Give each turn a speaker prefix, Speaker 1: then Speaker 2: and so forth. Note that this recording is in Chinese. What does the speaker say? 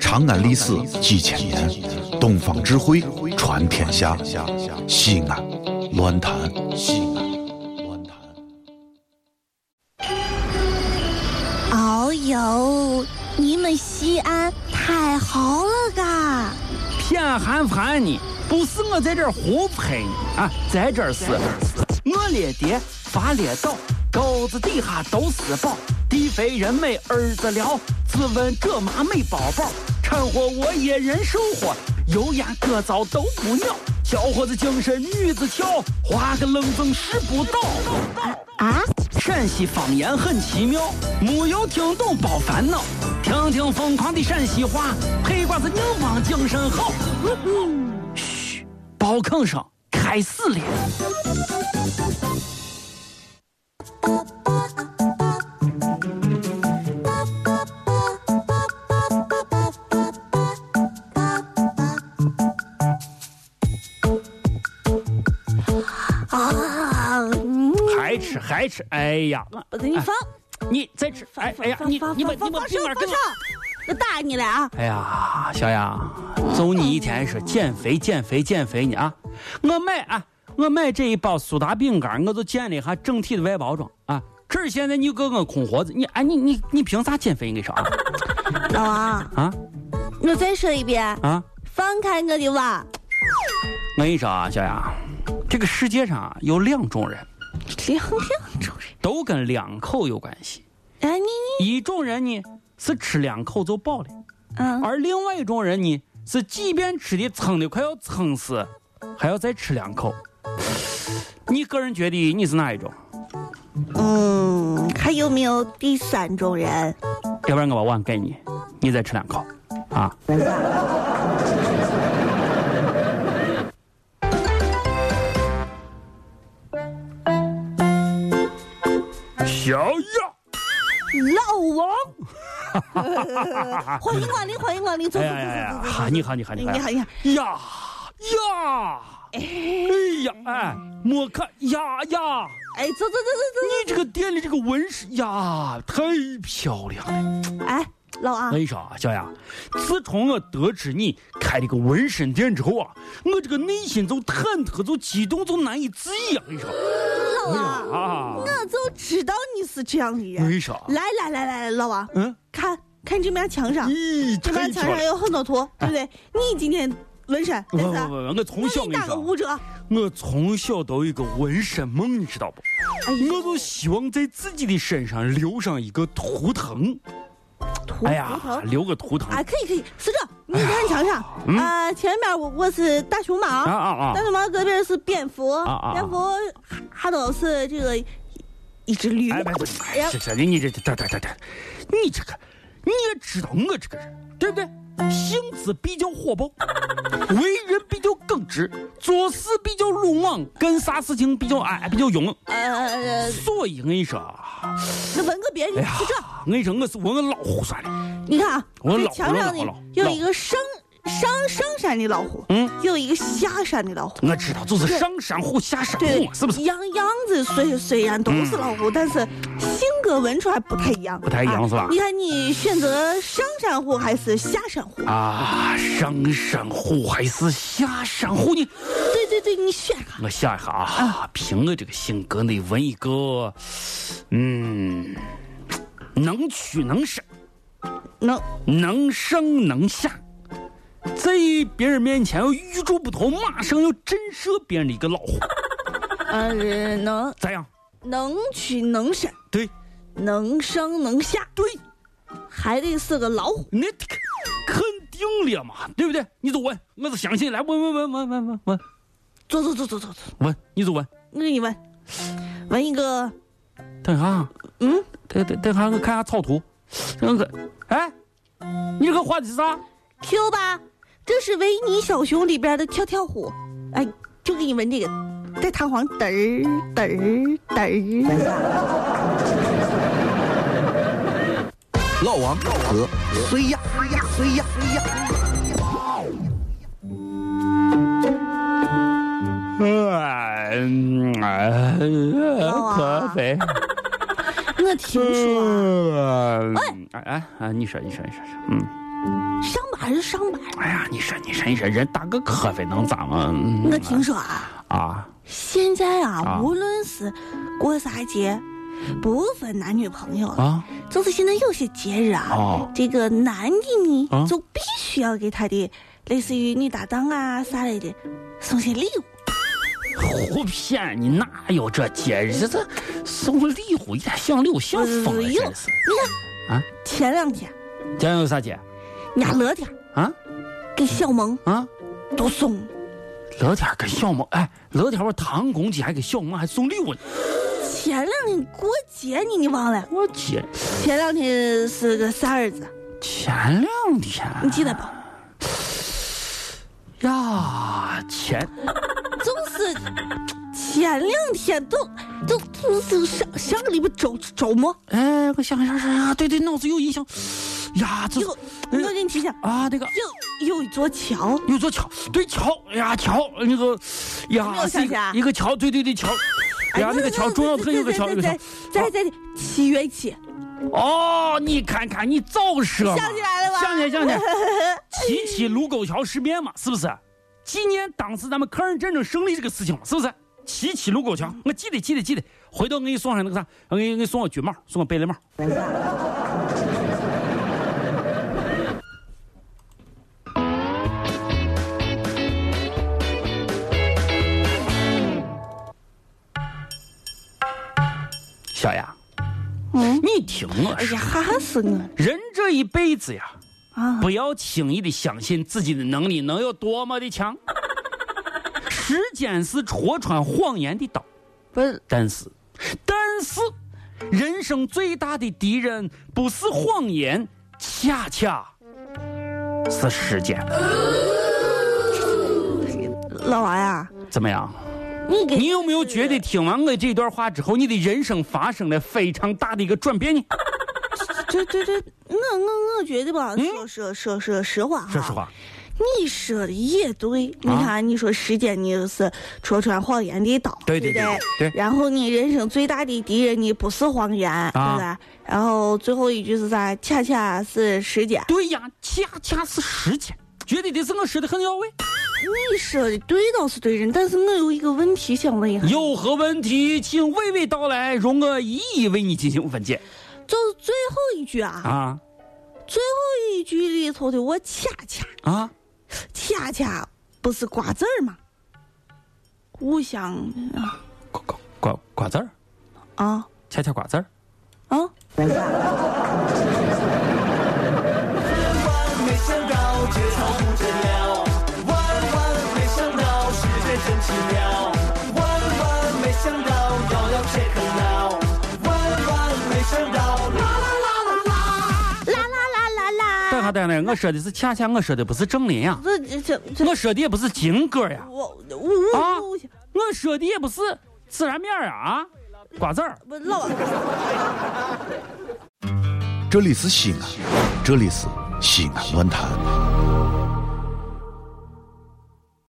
Speaker 1: 长安历史几千年，东方智慧传天下。西安，乱谈西安，乱谈。
Speaker 2: 哦呦，你们西安太好了嘎！
Speaker 3: 偏寒寒你，不是我在这儿胡喷你啊，在这儿是，我列爹发列倒，沟子底下都是宝，地肥人美儿子了，自问这妈没宝宝，掺和我也人生活，油盐各糟都不尿，小伙子精神女子俏，花个愣风使不倒。
Speaker 2: 啊，
Speaker 3: 陕西方言很奇妙，没有听懂别烦恼，听听疯狂的陕西话，黑瓜子硬邦精神好。嘘，包吭声开始了。还吃还吃，哎呀，
Speaker 2: 我给你放，
Speaker 3: 你再吃，
Speaker 2: 放
Speaker 3: 哎
Speaker 2: 放
Speaker 3: 哎呀，
Speaker 2: 放
Speaker 3: 你
Speaker 2: 放
Speaker 3: 你把
Speaker 2: 放
Speaker 3: 你把
Speaker 2: 放
Speaker 3: 平
Speaker 2: 手
Speaker 3: 板给
Speaker 2: 放
Speaker 3: 我
Speaker 2: 手。，我打你了啊！
Speaker 3: 哎呀，小雅，就你一天说减肥减肥减肥呢啊！我买啊，我买这一包苏打饼干，我就见了一下整体的外包装啊。这儿现在你给我空活着，你哎你你你凭啥减肥？你说啊
Speaker 2: 老王，
Speaker 3: 啊
Speaker 2: 我再说一遍，
Speaker 3: 啊！
Speaker 2: 放开我的娃！
Speaker 3: 我跟你说啊，小雅，这个世界上啊有两种人，
Speaker 2: 两两种人，
Speaker 3: 都跟两口有关系。
Speaker 2: 哎你你
Speaker 3: 一种人呢是吃两口就饱了，
Speaker 2: 嗯，
Speaker 3: 而另外一种人呢是即便吃的撑的快要撑死，还要再吃两口。你个人觉得你是哪一种？
Speaker 2: 嗯，还有没有第三种人？
Speaker 3: 要不然我把碗给你，你再吃两口，啊！小雅，
Speaker 2: 老王，欢迎光临，欢迎光临，坐
Speaker 3: 哎
Speaker 2: 坐
Speaker 3: 呀呀呀
Speaker 2: 坐坐坐
Speaker 3: 呀！你好，你好，你
Speaker 2: 你
Speaker 3: 好，
Speaker 2: 哎好，你好，
Speaker 3: 呀呀！哎呀，哎，莫看呀呀！
Speaker 2: 哎，坐坐坐
Speaker 3: 你这个店里这个纹饰呀，太漂亮了。
Speaker 2: 坐坐，哎，老王
Speaker 3: 我跟，你说啊，小雅，自从我得知你开了个纹身店之后啊，我这个内心就忐忑，就激动，就难以自抑啊！我跟你说，
Speaker 2: 老王。
Speaker 3: 啊，
Speaker 2: 我就知道你是这样的
Speaker 3: 我跟
Speaker 2: 人。
Speaker 3: 你说啊，
Speaker 2: 来来来来来，老王，
Speaker 3: 嗯，
Speaker 2: 看看这面墙上，
Speaker 3: 咦，
Speaker 2: 嗯这
Speaker 3: 太
Speaker 2: 面墙
Speaker 3: 漂
Speaker 2: 上
Speaker 3: 亮！
Speaker 2: 有啊很多图，对不对？你今天纹身，
Speaker 3: 哎不
Speaker 2: 对
Speaker 3: 不
Speaker 2: 不对？
Speaker 3: 不，我从小
Speaker 2: 我
Speaker 3: 我
Speaker 2: 给
Speaker 3: 跟
Speaker 2: 你
Speaker 3: 你
Speaker 2: 打个
Speaker 3: 说
Speaker 2: 五折。
Speaker 3: 啊，我从小都有一个纹身梦，你知道不？
Speaker 2: 哎
Speaker 3: 我就希望在自己的身上留上一个图腾，
Speaker 2: 图图
Speaker 3: 哎呀，
Speaker 2: 腾
Speaker 3: 留个图腾
Speaker 2: 啊，可以可以，是这，你看墙上
Speaker 3: 嗯
Speaker 2: 啊，前面我我是大熊
Speaker 3: 啊
Speaker 2: 猫，
Speaker 3: 啊啊
Speaker 2: 大！熊猫隔壁是蝙蝠
Speaker 3: 啊啊啊，
Speaker 2: 蝙蝠还都是这个一只驴。
Speaker 3: 哎，别别，哎，行行，你你这这这这这，你这个你也知道我这个人，对不对？性子比较火爆，为人比较耿直，做事比较鲁莽，干啥事情比较哎比较勇。
Speaker 2: 呃，
Speaker 3: 所以我跟你说啊，
Speaker 2: 那纹个别人
Speaker 3: 哎呀
Speaker 2: 是这，，
Speaker 3: 我跟你说我是我老胡算了，
Speaker 2: 你看啊，
Speaker 3: 我
Speaker 2: 这
Speaker 3: 老
Speaker 2: 墙上
Speaker 3: 我老
Speaker 2: 呢
Speaker 3: 老
Speaker 2: 有一个上上上山的老虎，
Speaker 3: 嗯，
Speaker 2: 有一个下山的老虎。
Speaker 3: 我知道就是上山虎下山
Speaker 2: 对
Speaker 3: 虎，，嗯是不是？
Speaker 2: 样样子虽虽然都是老虎，但是性格闻出来不太一样，
Speaker 3: 不太一样
Speaker 2: 啊
Speaker 3: 是吧
Speaker 2: 你看你选择上山虎还是下山虎？
Speaker 3: 啊，上山虎还是下山虎呢？
Speaker 2: 对对对，你选啊。
Speaker 3: 我想一下啊，凭我这个性格，你纹一个，嗯，能屈能伸，
Speaker 2: 能
Speaker 3: 能上能下，在别人面前要与众不同，马上要震慑别人的一个老虎，
Speaker 2: 呃能
Speaker 3: 咋样？
Speaker 2: 能屈能伸，
Speaker 3: 对
Speaker 2: 能上能下，
Speaker 3: 对，
Speaker 2: 还得是个老虎。
Speaker 3: 那肯定了嘛，对不对？你就纹，我就相信，来纹纹纹纹纹纹纹
Speaker 2: 走走走走走走，
Speaker 3: 纹，你就纹。
Speaker 2: 我给你闻，闻一个
Speaker 3: 等一下啊，
Speaker 2: 嗯，
Speaker 3: 等等等一下，我看下草图，那个，哎，你这个画的是啥？
Speaker 2: Q 吧，这是维尼小熊里边的跳跳虎，哎，就给你闻这个，带弹簧，嘚儿嘚儿嘚儿。
Speaker 4: 老王和谁呀谁呀谁呀谁呀？
Speaker 3: 哎，嗯哎
Speaker 2: 啊
Speaker 3: 可肥。
Speaker 2: 我听说啊，
Speaker 3: 嗯哎哎哎，你说你说你说，嗯，
Speaker 2: 上班是上班，
Speaker 3: 哎呀，你说你说你说，人打个瞌睡能咋嘛？嗯
Speaker 2: 我听说啊，
Speaker 3: 啊，
Speaker 2: 现在啊，
Speaker 3: 啊
Speaker 2: 无论是过啥节，不分男女朋友了，
Speaker 3: 啊
Speaker 2: 就是现在有些节日啊，
Speaker 3: 哦
Speaker 2: 这个男的呢、
Speaker 3: 啊
Speaker 2: 就必须要给他的类似于女搭档啊啥类的送些礼物。
Speaker 3: 胡骗你哪有这节日？这这送礼物也想六想疯了，
Speaker 2: 哎
Speaker 3: 真
Speaker 2: 呦
Speaker 3: 是。
Speaker 2: 你看
Speaker 3: 啊，
Speaker 2: 前两天
Speaker 3: 今天有啥节？
Speaker 2: 人家乐天
Speaker 3: 啊
Speaker 2: 给小萌
Speaker 3: 啊，
Speaker 2: 都送
Speaker 3: 乐天跟小猫，哎，乐天我堂公鸡还给小猫还送礼物呢。
Speaker 2: 前两天过节呢，你忘了？
Speaker 3: 我去，
Speaker 2: 前两天是个啥日子？
Speaker 3: 前两天
Speaker 2: 你记得不？
Speaker 3: 呀，前
Speaker 2: 就是前两天都都都都上上个礼拜周周末，
Speaker 3: 哎，我想一下，想一下，对对，脑子有印象。呀，这哎
Speaker 2: 有我给你提醒，
Speaker 3: 啊，那个
Speaker 2: 有有一座桥，
Speaker 3: 有座桥，对桥，哎呀桥，那个
Speaker 2: 没有
Speaker 3: 呀，
Speaker 2: 想
Speaker 3: 是一
Speaker 2: 起
Speaker 3: 个
Speaker 2: 来
Speaker 3: 一个桥，对对对桥，哎呀那个桥，中央村有个桥，有个桥
Speaker 2: 在。在在七月七，
Speaker 3: 哦，你看看你早说嘛，
Speaker 2: 想起来了吧
Speaker 3: 想起来想 起来，七七卢沟桥事变嘛，是不是？纪念当时咱们抗日战争胜利这个事情嘛，是不是？七七卢沟桥，我记得记得记得。回头我给你送上那个啥，我给你给你送我军帽，送我贝雷帽。小雅，
Speaker 2: 嗯，
Speaker 3: 你听我
Speaker 2: 哎
Speaker 3: 说
Speaker 2: 呀，。吓死我了
Speaker 3: 人这一辈子呀，
Speaker 2: 啊！
Speaker 3: 不要轻易的相信自己的能力能有多么的强。时间是戳穿谎言的刀，
Speaker 2: 不是，
Speaker 3: 但是，但是，人生最大的敌人不是谎言，恰恰是时间。
Speaker 2: 老王呀，
Speaker 3: 怎么样？
Speaker 2: 你给
Speaker 3: 你有没有觉得听完我这段话之后，你的人生发生了非常大的一个转变呢？
Speaker 2: 对对对，我我我觉得吧，说说说说实话哈，
Speaker 3: 说实话，
Speaker 2: 你说的也对，你看，你说时间你就是戳穿谎言的刀，
Speaker 3: 对
Speaker 2: 对
Speaker 3: 对
Speaker 2: 不
Speaker 3: 对对
Speaker 2: 然后你人生最大的敌人，你不是谎言，对不对？然后最后一句是啥？恰恰是时间。
Speaker 3: 对呀，恰恰是时间。觉得这是我说的很到位。
Speaker 2: 你说的对倒是对人，但是我有一个问题想问一下，
Speaker 3: 有何问题，请娓娓道来，容我一一为你进行分解
Speaker 2: 就是最后一句啊，
Speaker 3: 啊
Speaker 2: 最后一句里头的我恰恰
Speaker 3: 啊！
Speaker 2: 恰恰不是瓜子儿吗？我想啊
Speaker 3: 瓜瓜瓜瓜子儿，
Speaker 2: 啊
Speaker 3: 恰恰瓜子儿。
Speaker 2: 啊！啦啦啦啦
Speaker 3: 等
Speaker 2: 啦！
Speaker 3: 下等下，我说的是恰恰，我说的不是郑林呀，
Speaker 2: 这这这这。
Speaker 3: 我说的也不是金哥呀，
Speaker 2: 我我我
Speaker 3: 啊
Speaker 2: 我想
Speaker 3: 我说的也不是孜然面呀啊，瓜子儿。
Speaker 2: 不老
Speaker 1: 这里是西安，这里是西安论坛。